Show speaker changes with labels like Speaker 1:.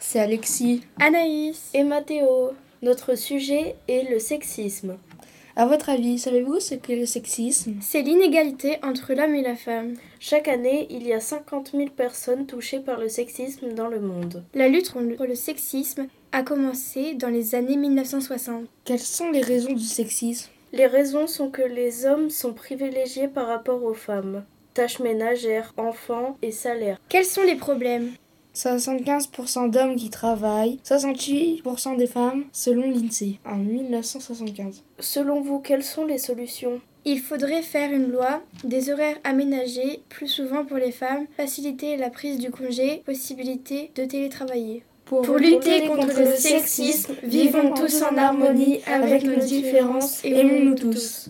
Speaker 1: c'est Alexis,
Speaker 2: Anaïs
Speaker 3: et Mathéo. Notre sujet est le sexisme.
Speaker 1: À votre avis, savez-vous ce qu'est le sexisme
Speaker 2: C'est l'inégalité entre l'homme et la femme.
Speaker 3: Chaque année, il y a 50 000 personnes touchées par le sexisme dans le monde.
Speaker 2: La lutte contre le sexisme a commencé dans les années 1960.
Speaker 1: Quelles sont les raisons du sexisme
Speaker 3: Les raisons sont que les hommes sont privilégiés par rapport aux femmes. Tâches ménagères, enfants et salaires.
Speaker 2: Quels sont les problèmes
Speaker 1: 75% d'hommes qui travaillent, 68% des femmes, selon l'INSEE, en 1975.
Speaker 3: Selon vous, quelles sont les solutions
Speaker 2: Il faudrait faire une loi, des horaires aménagés plus souvent pour les femmes, faciliter la prise du congé, possibilité de télétravailler.
Speaker 1: Pour,
Speaker 2: lutter contre le sexisme, vivons tous en harmonie avec nos différences, aimons-nous tous.